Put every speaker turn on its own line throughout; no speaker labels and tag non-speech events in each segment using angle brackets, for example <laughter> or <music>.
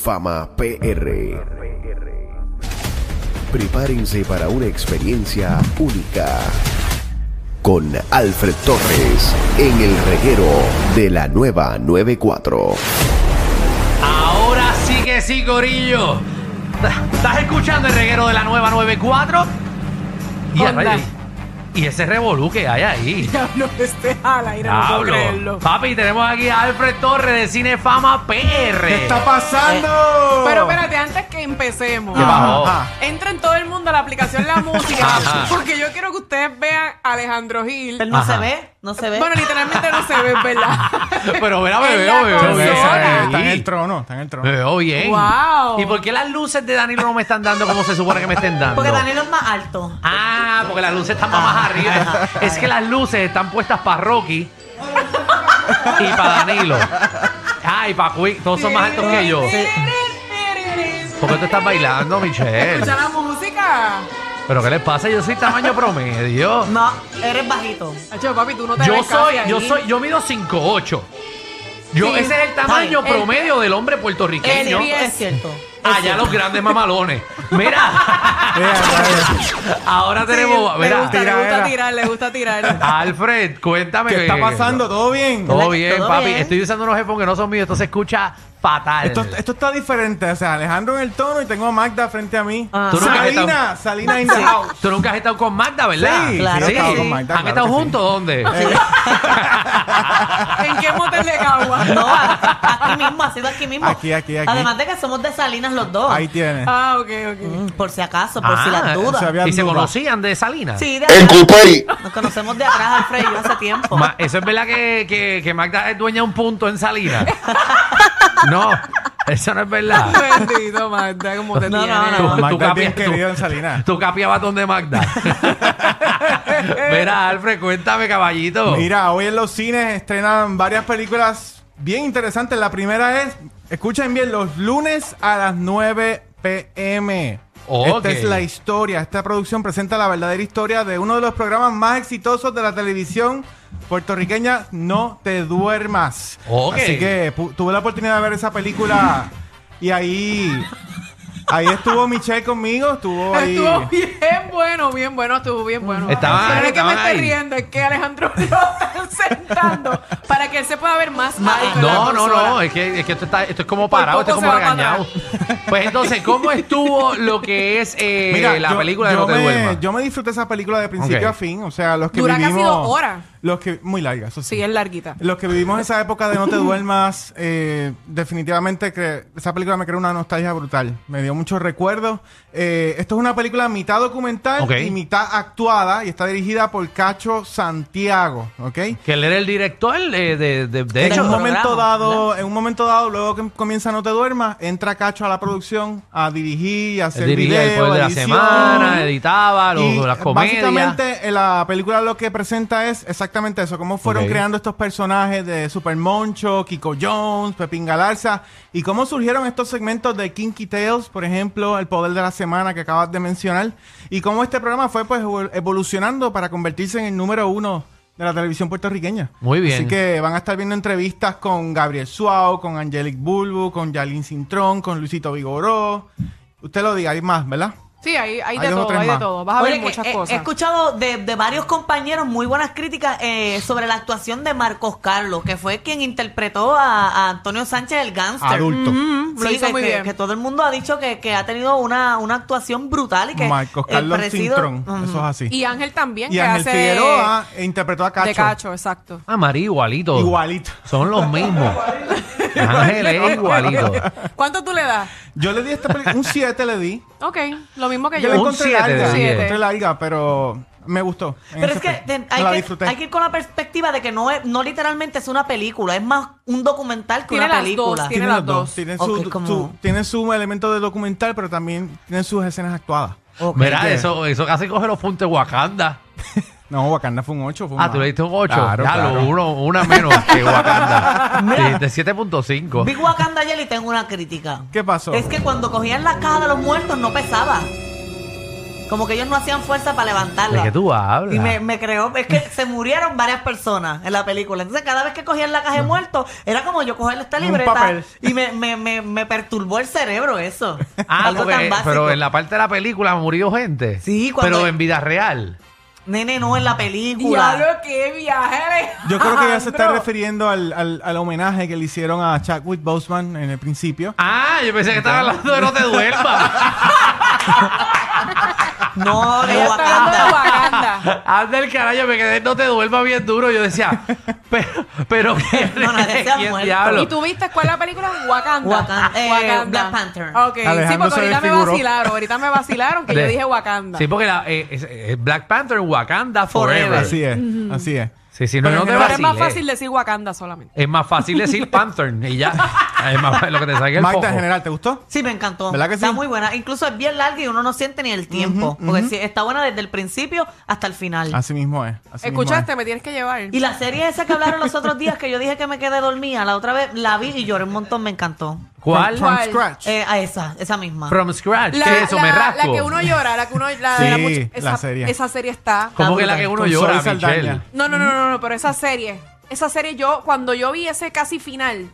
Fama PR. Prepárense para una experiencia única con Alfred Torres en el reguero de la nueva 94.
Ahora sí que sí, Corillo. ¿Estás escuchando el reguero de la nueva 94? Y, a
Onda.
rayos, y ese revolú que hay
<laughs>
ahí.
Diablo, este al aire, no puedo
Diablo.
creerlo.
Papi, tenemos aquí a Alfred Torres de Cinefama PR.
¿Qué está pasando?
Pero espérate, antes que empecemos,
¿Qué
ah,
pasó?
Ajá.
entren todo el mundo a la aplicación La Música,
Ajá.
porque yo quiero que ustedes vean a Alejandro Gil.
Pero no
Ajá.
se ve, no se ve.
Bueno, literalmente no se ve,
<laughs>
¿verdad?
Pero mira, me
En
veo,
la
me veo,
Pero
consola.
me
que
veo.
esa- Está en
ahí.
el trono, está en el
Me
trono. Eh,
veo bien.
Wow.
¿Y por qué las luces de Danilo no me están dando como se supone que me estén dando?
Porque Danilo es más alto.
Ah, porque las luces están pa' más arriba.
ajá.
Es que las luces están puestas para Rocky y para Danilo. Ah, y para Quick. Todos son más altos que yo. ¿Por qué tú estás bailando, Michelle?
Escucha la música.
¿Pero qué les pasa? Yo soy tamaño promedio.
No, eres bajito.
Hacho, papi, tú no te
Yo
ves
soy,
casi
yo
ahí.
soy, yo mido 5'8". Yo,
Sí.
ese es el tamaño
Está bien.
promedio del hombre
Es
puertorriqueño.
cierto,
diez.
es
<laughs>
cierto.
Allá los grandes mamalones. Mira, <laughs>
Mira, mira,
ahora
Sí,
tenemos.
le
mira,
gusta, le
Tira,
gusta
era.
tirar, le gusta tirar.
Alfred, cuéntame.
¿Qué está pasando? ¿Todo bien?
Todo
Todo
bien,
bien.
papi. Estoy usando unos headphones que no son míos. Esto se escucha fatal.
Esto, esto está diferente. O sea, Alejandro en el tono y tengo a Magda frente a mí.
Ah.
Tú no me has
Salina,
estado-
Salina in the house.
Tú nunca has estado con Magda, ¿verdad?
Sí,
Claro
sí.
sí, Eh, he estado
con Magda,
¿Han
claro
estado
que sí.
juntos? ¿Dónde?
¿En qué motel de Cagua?
No, a- aquí mismo, ha sido aquí mismo.
Aquí, aquí, aquí.
Además de que somos de Salinas los dos.
Ahí tienes.
Ah, ok, ok.
Mm, por si acaso, por si
Ah,
las dudas.
se había-
¿Y se
dudas.
conocían de Salinas?
Sí, de atrás. Nos conocemos de atrás, Alfred y yo hace tiempo.
Ma- eso es verdad que, que, que Magda es dueña de un punto en
<laughs>
Salinas. no, eso no es verdad.
Bendito, Marta, como te
No, no,
tiene.
no.
tú
Magda es bien
cambias- tú-
querido en Salina.
Tú capiabas donde
<laughs>
Magda. Mira, Alfred, cuéntame, caballito.
Mira, hoy en los cines estrenan varias películas bien interesantes. La primera es, escuchen bien, los lunes a las 9 pm.
Ok.
Esta es la historia. Esta producción presenta la verdadera historia de uno de los programas más exitosos de la televisión puertorriqueña, No te duermas.
Ok.
Así que pu- tuve la oportunidad de ver esa película y ahí, ahí estuvo Michelle conmigo, estuvo ahí. Mm.
Estuvo bien bueno, bien bueno, estuvo bien bueno.
Estaban-
Pero es que me
estaban
estoy
ahí.
riendo, es que Alejandro <laughs> lo está sentando para que él se pueda ver más alto en la
No, no,
consola.
no, eh. es que, es que esto, está, esto es como
Por
parado, esto es
poco
como
se va para
regañado. <laughs> Pues entonces, ¿cómo estuvo lo que es eh,
Mira,
la
yo-
película de
yo
No te
me,
duermas?
Yo me disfruté esa película de principio
Ok.
a fin. O sea, los que
Dura casi
vivimos...
dos horas.
Los que... Muy larga, eso sí.
Sí, es larguita.
Los que vivimos esa época de No te duermas, <laughs> eh, definitivamente cre- esa película me creó una nostalgia brutal. Me dio muchos recuerdos. Eh, esto es una película mitad documental
Ok.
y mitad actuada y está dirigida por Cacho Santiago, ¿ok?
Que él era el director eh, de, de, de
Era
En
hecho.
un,
programa,
momento dado,
¿verdad?
en un momento dado, luego que comienza No Te Duermas, entra Cacho a la producción a dirigir, a hacer
Él dirigía el
video,
poder de la
edición.
semana, editaba los-
Y
las comedias.
Básicamente, eh, la película lo que presenta es exactamente eso: cómo fueron
Ok.
creando estos personajes de Super Moncho, Kiko Jones, Pepín Galarza, y cómo surgieron estos segmentos de Kinky Tales, por ejemplo, El Poder de la Semana que acabas de mencionar, y cómo este programa fue pues evol- evolucionando para convertirse en el número uno de la televisión puertorriqueña.
Muy bien.
Así que van a estar viendo entrevistas con Gabriel Suau, con Angelic Bulbu, con Yalin Cintrón, con Luisito Vigoró. Usted lo diga, hay más, ¿verdad?
Sí, hay, hay de
Hay dos o
todo,
tres
hay de
más.
todo. Vas a
Oye,
ver
que eh,
muchas
he, he
cosas.
escuchado de, de varios compañeros muy buenas críticas eh, sobre la actuación de Marcos Carlos, que fue quien interpretó a, a Antonio Sánchez el gángster.
Adulto.
Mm, lo
Sí,
hizo
que,
muy
que-
bien.
que todo el mundo ha dicho que, que ha tenido una, una actuación brutal y que
Marcos
el
Carlos
parecido-
Cintrón.
Ujú.
Eso es así.
Y Ángel también,
Y
que
Ángel
hace de-
Figueroa interpretó a Cacho.
de Cacho, exacto.
Ah, María, igualito.
Igualito.
Son los mismos.
<laughs>
Ángel es igualito.
¿Cuánto tú le das?
Yo le di a esta película, un 7
<laughs>
le di.
Ok, lo mismo que
Yo
yo.
la
Un
encontré
siete de
larga.
diez.
encontré larga, pero me gustó. En
Pero
ese
es que
aspecto.
te- hay,
la
que
disfruté.
hay que ir con la perspectiva de que no es, no literalmente es una película, es más un documental que
Tiene
una
las
película.
dos, tiene-
las
las dos.
Tiene,
Ok,
su,
como-
su- tiene su elemento de documental, pero también tiene sus escenas actuadas.
Ok.
Mira,
¿Qué?
eso, eso casi coge los puntos de Wakanda.
No, Wakanda fue un 8. Fue
Ah, tú le diste un 8.
Claro,
ya, lo
claro.
uno, una menos que
<laughs>
Wakanda. Sí, de 7.5.
Big Wakanda ayer y tengo una crítica.
¿Qué pasó?
Es que cuando cogían las cajas de los muertos no pesaba. Como que ellos no hacían fuerza para levantarla.
¿De qué tú hablas?
Y me, me creó, es que se murieron varias personas en la película. Entonces, cada vez que cogían la caja de muertos, era como yo cogerle esta
Un
libreta.
papel.
Y me, me, me, me perturbó el cerebro eso.
Ah,
Algo
porque,
tan básico.
pero en la parte de la película murió gente.
Sí, cuando-
Pero en vida real.
Nene, no en la película.
Diablo, qué viaje.
Yo creo que ya se está
Alejandro.
refiriendo al, al, al homenaje que le hicieron a Chadwick Boseman en el principio.
Ah, yo pensé que estaba hablando de no te <laughs> duermas.
<laughs>
No, de
Ella está hablando de
Wakanda.
Wakanda.
Anda el carajo, me quedé en no te duermas bien duro. Yo decía, <laughs> pero, pero ¿qué-
No, nadie se ha
¿quién
muerto.
diablo?
¿Y tú viste cuál es la película? Wakanda.
Wakanda, eh, Black Panther.
Ok, sí,
Alejandro
porque
se
ahorita me
desfiguró.
vacilaron. Ahorita me vacilaron que
De-
yo dije Wakanda.
Sí, porque la, eh, es- eh, Black Panther, Wakanda Forever.
Forever.
Así es, así es.
Sí, sí, no,
Pero
no te
en
Pero es
vaciles.
más fácil decir Wakanda solamente.
Es más fácil decir Panther y ya. Es más fácil lo que te salga el
Magda,
foco.
en general, ¿te gustó?
Sí, me encantó.
¿Verdad que
está
sí?
muy buena. Incluso es bien larga y uno no siente ni el tiempo. Porque sí, está buena desde el principio hasta el final.
Así mismo es. así mismo
¿Escuchaste?
es.
Me tienes que llevar.
Y la serie esa que hablaron los otros días que yo dije que me quedé dormida, la otra vez la vi y lloré un montón, me encantó.
¿Cuál?
From,
From,
¿Cuál?
from scratch.
Eh, a esa, esa misma.
scratch.
La-
¿Qué es eso?
la-
me
La
rasco.
que uno llora, la que uno... La,
Sí,
la much-
la
esa,
serie.
Esa serie está...
¿Cómo que la que uno
Con
llora,
Zoe Saldaña.
Michelle?
No, no, no, no, no, pero esa serie, esa serie yo, cuando yo vi ese casi final,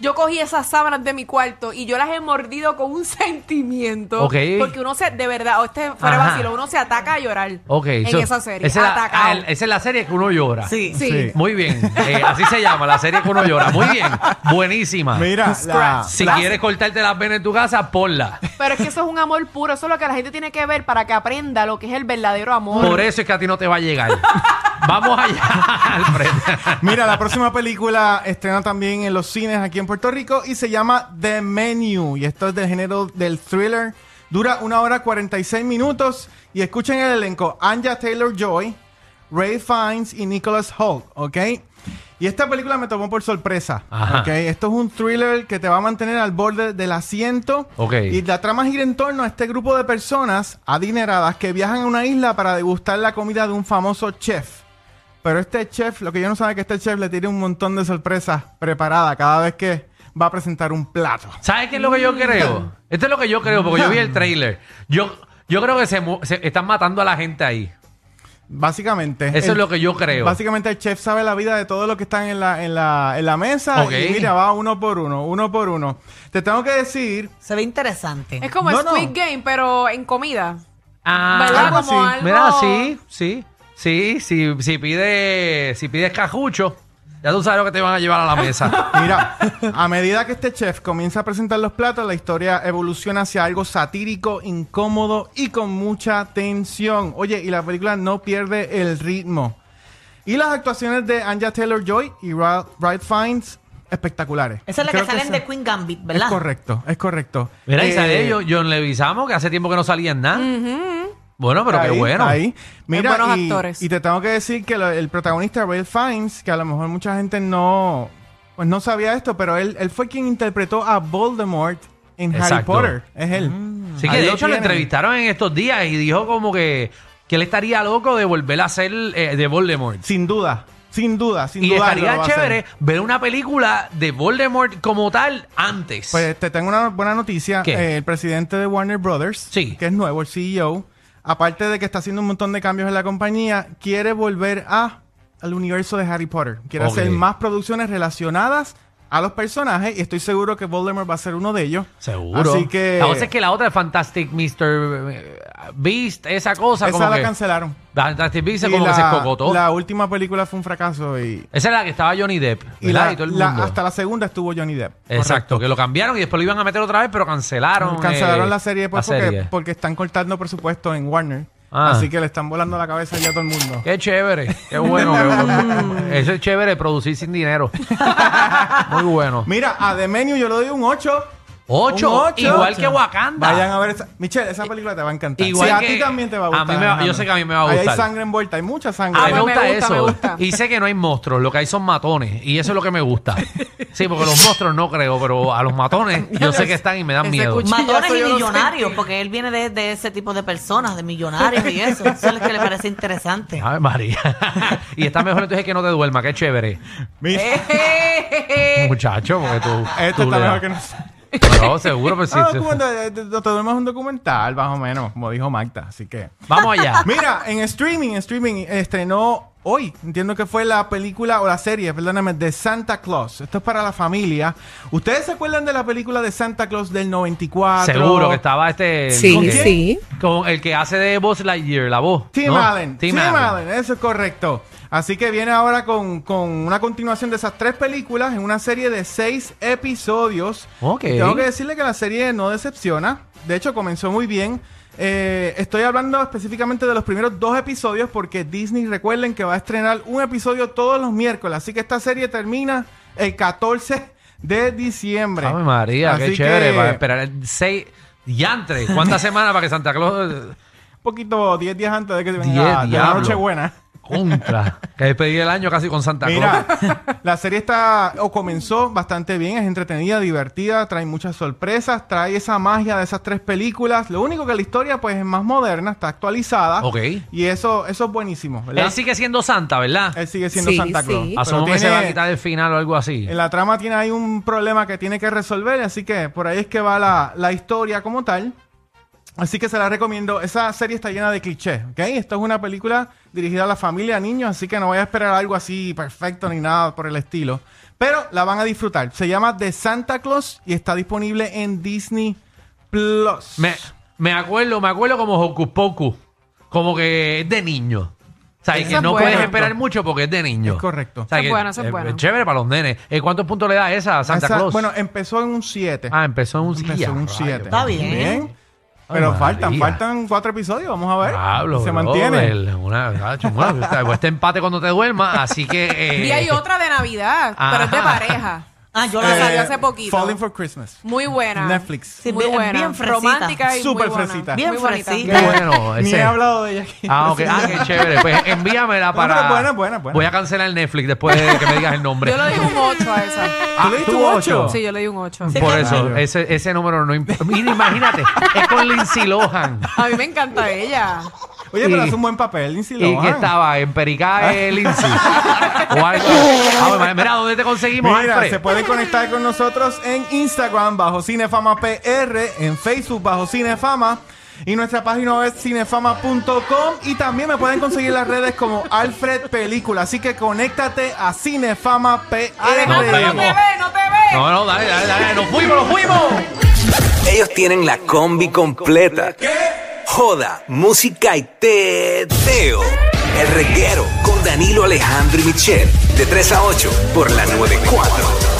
yo cogí esas sábanas de mi cuarto y yo las he mordido con un <laughs> sentimiento.
Ok.
Porque uno se, de verdad, o este fuera
Ajá.
vacilo, uno se ataca a llorar.
Ok.
En
so-
esa serie.
Esa es, la,
atacado.
ah, el- esa es la serie que uno llora.
Sí.
Sí.
Sí.
Muy bien. Eh, así se llama, la serie que uno llora. Muy bien. Buenísima.
Mira, la,
si quieres cortarte las venas en tu casa, ponla.
Pero es que eso es un amor puro, eso es lo que la gente tiene que ver para que aprenda lo que es el verdadero amor.
Por e-, eso es que a ti no te va a llegar. Vamos allá, <laughs> Alfred.
<laughs> Mira, la próxima película estrena también en los cines aquí en Puerto Rico y se llama The Menu. Y esto es del género del thriller. Dura una hora 46 minutos. Y escuchen el elenco: Anja Taylor Joy, Ray Fiennes y Nicholas Holt. ¿Ok? Y esta película me tomó por sorpresa.
Ajá.
¿ok? Esto es un thriller que te va a mantener al borde del asiento.
Ok.
Y la trama gira en torno a este grupo de personas adineradas que viajan a una isla para degustar la comida de un famoso chef. Pero este chef, lo que yo no sabía es que este chef le tiene un montón de sorpresas preparadas cada vez que va a presentar un plato.
¿Sabes qué es lo que yo creo? Esto es lo que yo creo, porque yo vi el trailer. Yo, yo creo que se, mu- se están matando a la gente ahí.
Básicamente.
Eso es lo que yo creo.
Básicamente el chef sabe la vida de todos los que están en la, en la, en la mesa.
Ok.
Y mira, va uno por uno, uno por uno. Te tengo que decir...
Se ve interesante.
Es como
No, no.
Squid Game, pero en comida.
Ah,
¿Verdad?
algo
Como
así.
algo...
Mira, sí, sí, sí, sí, si pide, si pides cajucho, ya tú sabes lo que te van a llevar a la mesa.
Mira, a medida que este chef comienza a presentar los platos, la historia evoluciona hacia algo satírico, incómodo y con mucha tensión. Oye, y la película no pierde el ritmo. Y las actuaciones de Anja Taylor Joy y Ra- Ralph Fiennes, espectaculares.
Esa es la
Creo
que salen
esa-
de Queen Gambit, ¿verdad?
Es correcto, es correcto.
Mira, y sale
Eh,
yo- John Levisamo, que hace tiempo que no salían nada. Bueno, pero
ahí,
qué bueno.
ahí. Mira,
buenos
y,
actores.
y te tengo que decir que lo- el protagonista, Ray Fiennes, que a lo mejor mucha gente no, pues no sabía esto, pero él, él fue quien interpretó a Voldemort en Harry
Exacto.
Potter. Es él.
Así que
Ahí
de
lo
hecho lo
tienen.
entrevistaron en estos días y dijo como que, que él estaría loco de volver a ser eh, de Voldemort.
Sin duda, sin duda, sin
Y
duda.
estaría chévere ver una película de Voldemort como tal antes.
Pues te tengo una buena noticia.
¿Qué?
Eh, el presidente de Warner Brothers,
Sí.
que es nuevo, el CEO, aparte de que está haciendo un montón de cambios en la compañía, quiere volver a al universo de Harry Potter. Quiere
Ok.
hacer más producciones relacionadas a los personajes y estoy seguro que Voldemort va a ser uno de ellos.
Seguro.
Así que
La cosa es que la otra es Fantastic Mr. Beast, esa cosa.
esa
como
la
que,
cancelaron.
Fantastic Beast
Y
como
la,
que se cocotó.
la última película fue un fracaso y,
Esa es la que estaba Johnny Depp.
y
¿verdad?
la-
Y todo el
la-
mundo.
hasta la segunda estuvo Johnny Depp.
Exacto, que lo cambiaron y después lo iban a meter otra vez, pero cancelaron.
Cancelaron
eh,
la serie, pues, porque,
serie.
porque están cortando presupuesto en Warner.
Ah.
Así que le están volando la cabeza ya a todo el mundo.
Qué chévere, qué bueno. qué bueno. Eso es chévere, producir sin dinero. Muy bueno.
Mira, a The Menu yo le doy un 8.
Ocho,
Un ocho.
igual que Wakanda.
Vayan a ver esa. Michelle, esa película te va a encantar.
Igual
Sí, a
que-
ti también te va a
a
gustar.
mí me va- yo
Alejandro.
sé que a mí me va a
Ahí
gustar.
hay sangre envuelta, hay mucha sangre.
A
Ah,
mí me
pues
gusta,
me gusta,
eso.
me gusta.
Y sé que no hay monstruos, lo que hay son matones. Y eso es lo que me gusta. Sí, porque los monstruos no creo, pero a los matones yo sé que están y me dan
Ese
miedo.
cuchillo.
Matones
Yo
y
no sé.
millonarios, porque él viene de, de ese tipo de personas, de millonarios y
<laughs>
eso. Eso es lo que le parece interesante.
Ah.
Ay, María. <laughs> y está mejor entonces que no te duerma, qué chévere.
Mira,
Eh, eh, eh, eh.
Muchacho, porque tú.
esto
tú
está
le
mejor
das.
que nosotros.
No, seguro, pues sí.
Ah,
sí.
como te, te- te duermes un documental, más o menos, como dijo Magda. Así que.
Vamos allá.
Mira, en streaming, en streaming estrenó hoy, entiendo que fue la película o la serie, perdóname, de Santa Claus. Esto es para la familia. ¿Ustedes se acuerdan de la película de Santa Claus del 94?
Seguro que estaba este. ¿con
Sí,
quién?
sí.
Con el que hace de Buzz Lightyear, la voz.
Tim
¿no?
Allen.
Tim
Tim,
Allen.
Allen, eso es correcto. Así que viene ahora con, con una continuación de esas tres películas en una serie de seis episodios.
Ok.
Y Tengo que decirle que la serie no decepciona. De hecho, comenzó muy bien. Eh, estoy hablando específicamente de los primeros dos episodios porque Disney recuerden que va a estrenar un episodio todos los miércoles. Así que esta serie termina el 14 de diciembre.
Ave María,
Así
qué chévere.
que,
Para esperar el seis. Diantre. ¿Cuántas semanas para que Santa Claus. eh,
Un poquito, 10 días antes de que
Diez,
venga la
diablo.
noche buena.
Contra. Que despedir el año casi con Santa Claus.
Mira, <laughs> la serie está o comenzó bastante bien, es entretenida, divertida, trae muchas sorpresas, trae esa magia de esas tres películas. Lo único que la historia pues es más moderna, está actualizada.
Ok.
Y eso eso es buenísimo, ¿verdad?
Él sigue siendo Santa, ¿verdad?
Él sigue siendo
Sí,
Santa Claus.
sí.
pero
Asumo que se va a
tiene-
quitar el final o algo así.
en la trama tiene ahí un problema que tiene que resolver, así que por ahí es que va la, la historia como tal. Así que se la recomiendo. Esa serie está llena de clichés, ¿ok? Esto es una película dirigida a la familia, a niños, así que no voy a esperar algo así perfecto ni nada por el estilo. Pero la van a disfrutar. Se llama The Santa Claus y está disponible en Disney Plus.
Me, me acuerdo, me acuerdo como Hocus Pocus. Como que es de niño. O sea, y
Eso
que
es
no
bueno.
puedes esperar mucho porque es de niño.
Es correcto.
O sea,
Eso es
que
bueno, eso es
eh,
bueno.
chévere para los nenes. Eh, ¿Cuántos puntos le da esa a Santa
Esa-
Claus?
Bueno, empezó en un 7.
ah, empezó en un
empezó
7.
en un 7.
Está bien.
Pero
Ay,
faltan,
María.
faltan cuatro episodios. Vamos a ver.
Pablo,
¿Eh? se
brother,
mantiene.
una- gacho, bueno, está- pues, este empate cuando te duermas, así que... eh,
<laughs> Y hay otra de Navidad, pero es de
Ajá.
pareja.
Ah, yo
La
la
Eh,
salió
sabía.
hace poquito.
Falling for Christmas.
Muy buena.
Netflix.
Sí,
muy
bien-
buena.
bien fresita.
Romántica y
Súper
muy buena.
fresita.
Bien
muy bonita.
fresita.
Qué bueno,
<laughs> Ni
ese-
he hablado de ella aquí.
Ah, ok. Ah, qué chévere. Pues envíamela para...
pero buena, buena, buena.
Voy a cancelar el Netflix después de que me digas el nombre.
Yo le di un 8 a esa.
Ah,
¿Tú le diste
¿tú
un
ocho?
ocho?
Sí, yo le di un 8.
Sí.
Por
que-
eso,
Rayo.
ese, ese número no imp- Mira, imagínate, es con Lindsay
<laughs>
Lohan.
A mí me encanta ella.
Oye, pero
Y-
hace un buen papel, Lindsay
Y
Lohan. Ah.
que estaba en Pericae
<laughs>
Lindsay. o algo. Ah, bueno, mira, ¿dónde te conseguimos,
Mira,
Alfred?
se pueden conectar con nosotros en Instagram bajo Cinefama PR, en Facebook bajo Cinefama y nuestra página web es cinefama.com y también me pueden conseguir las redes como Alfred Película. Así que conéctate a Cinefama PR.
Además,
No, no te ve, no te ve.
No, no, dale, dale, dale, nos fuimos, nos fuimos.
Ellos tienen la combi completa. Joda, música y teo. El reguero con Danilo Alejandro y Michel. De 3 a 8 por la 94.